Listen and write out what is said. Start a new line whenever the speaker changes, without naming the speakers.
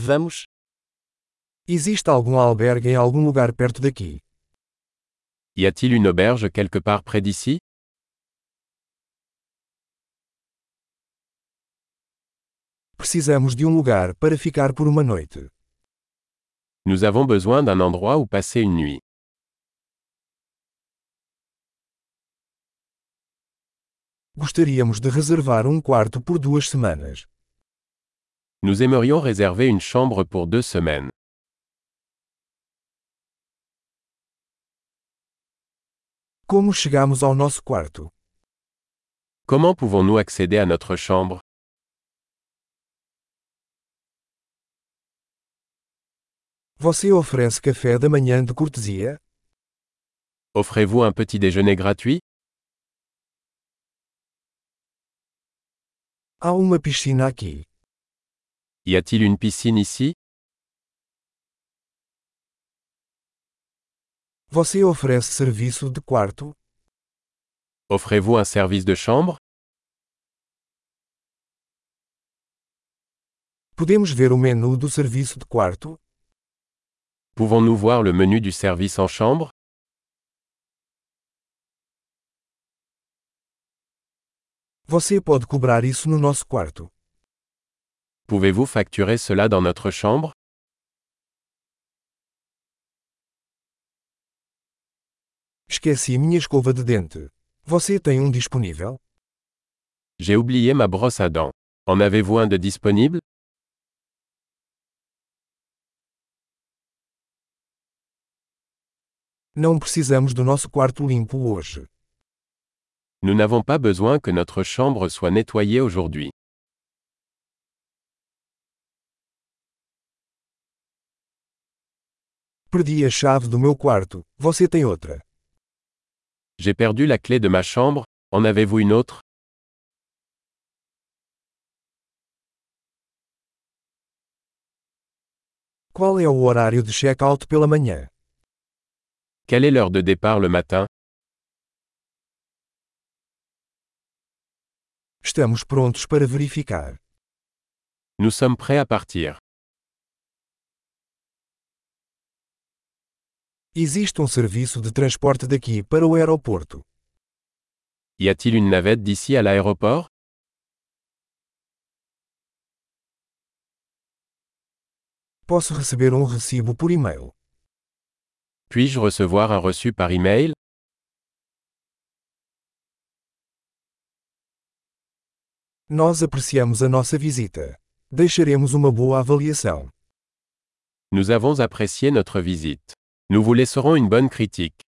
Vamos. Existe algum albergue em algum lugar perto daqui?
Y a-t-il une auberge quelque part près d'ici
Precisamos de um lugar para ficar por uma noite.
Nous avons besoin d'un endroit où passer une nuit.
Gostaríamos de reservar um quarto por duas semanas.
Nous aimerions réserver une chambre pour deux semaines.
Como chegamos ao nosso quarto?
Comment pouvons-nous accéder à notre chambre
Você oferece café da manhã de cortesia?
Offrez-vous un petit déjeuner gratuit
Há uma piscina aqui.
Y a-t-il une piscine ici
Você oferece serviço de quarto?
Offrez-vous un service de chambre
Podemos ver o menu do serviço de quarto?
Pouvons-nous voir le menu du service en chambre
Você pode cobrar isso no nosso quarto.
Pouvez-vous facturer cela dans notre chambre
Esqueci minha escova de dente. Você tem um disponível?
J'ai oublié ma brosse à dents. En avez-vous un de disponible
Não precisamos do nosso quarto limpo hoje.
Nous n'avons pas besoin que notre chambre soit nettoyée aujourd'hui.
Perdi a chave do meu quarto. Você tem outra?
J'ai perdu la clé de ma chambre, en avez-vous une autre
Qual é o horário de check-out pela manhã?
Quelle est l'heure de départ le matin
Estamos prontos para verificar.
Nous sommes prêts à partir.
Existe um serviço de transporte daqui para o aeroporto.
Y a-t-il une navette d'ici à l'aéroport
Posso receber um recibo por e-mail.
Puis-je recevoir un reçu par email
Nós apreciamos a nossa visita. Deixaremos uma boa avaliação.
Nous avons apprécié notre visite. Nous vous laisserons une bonne critique.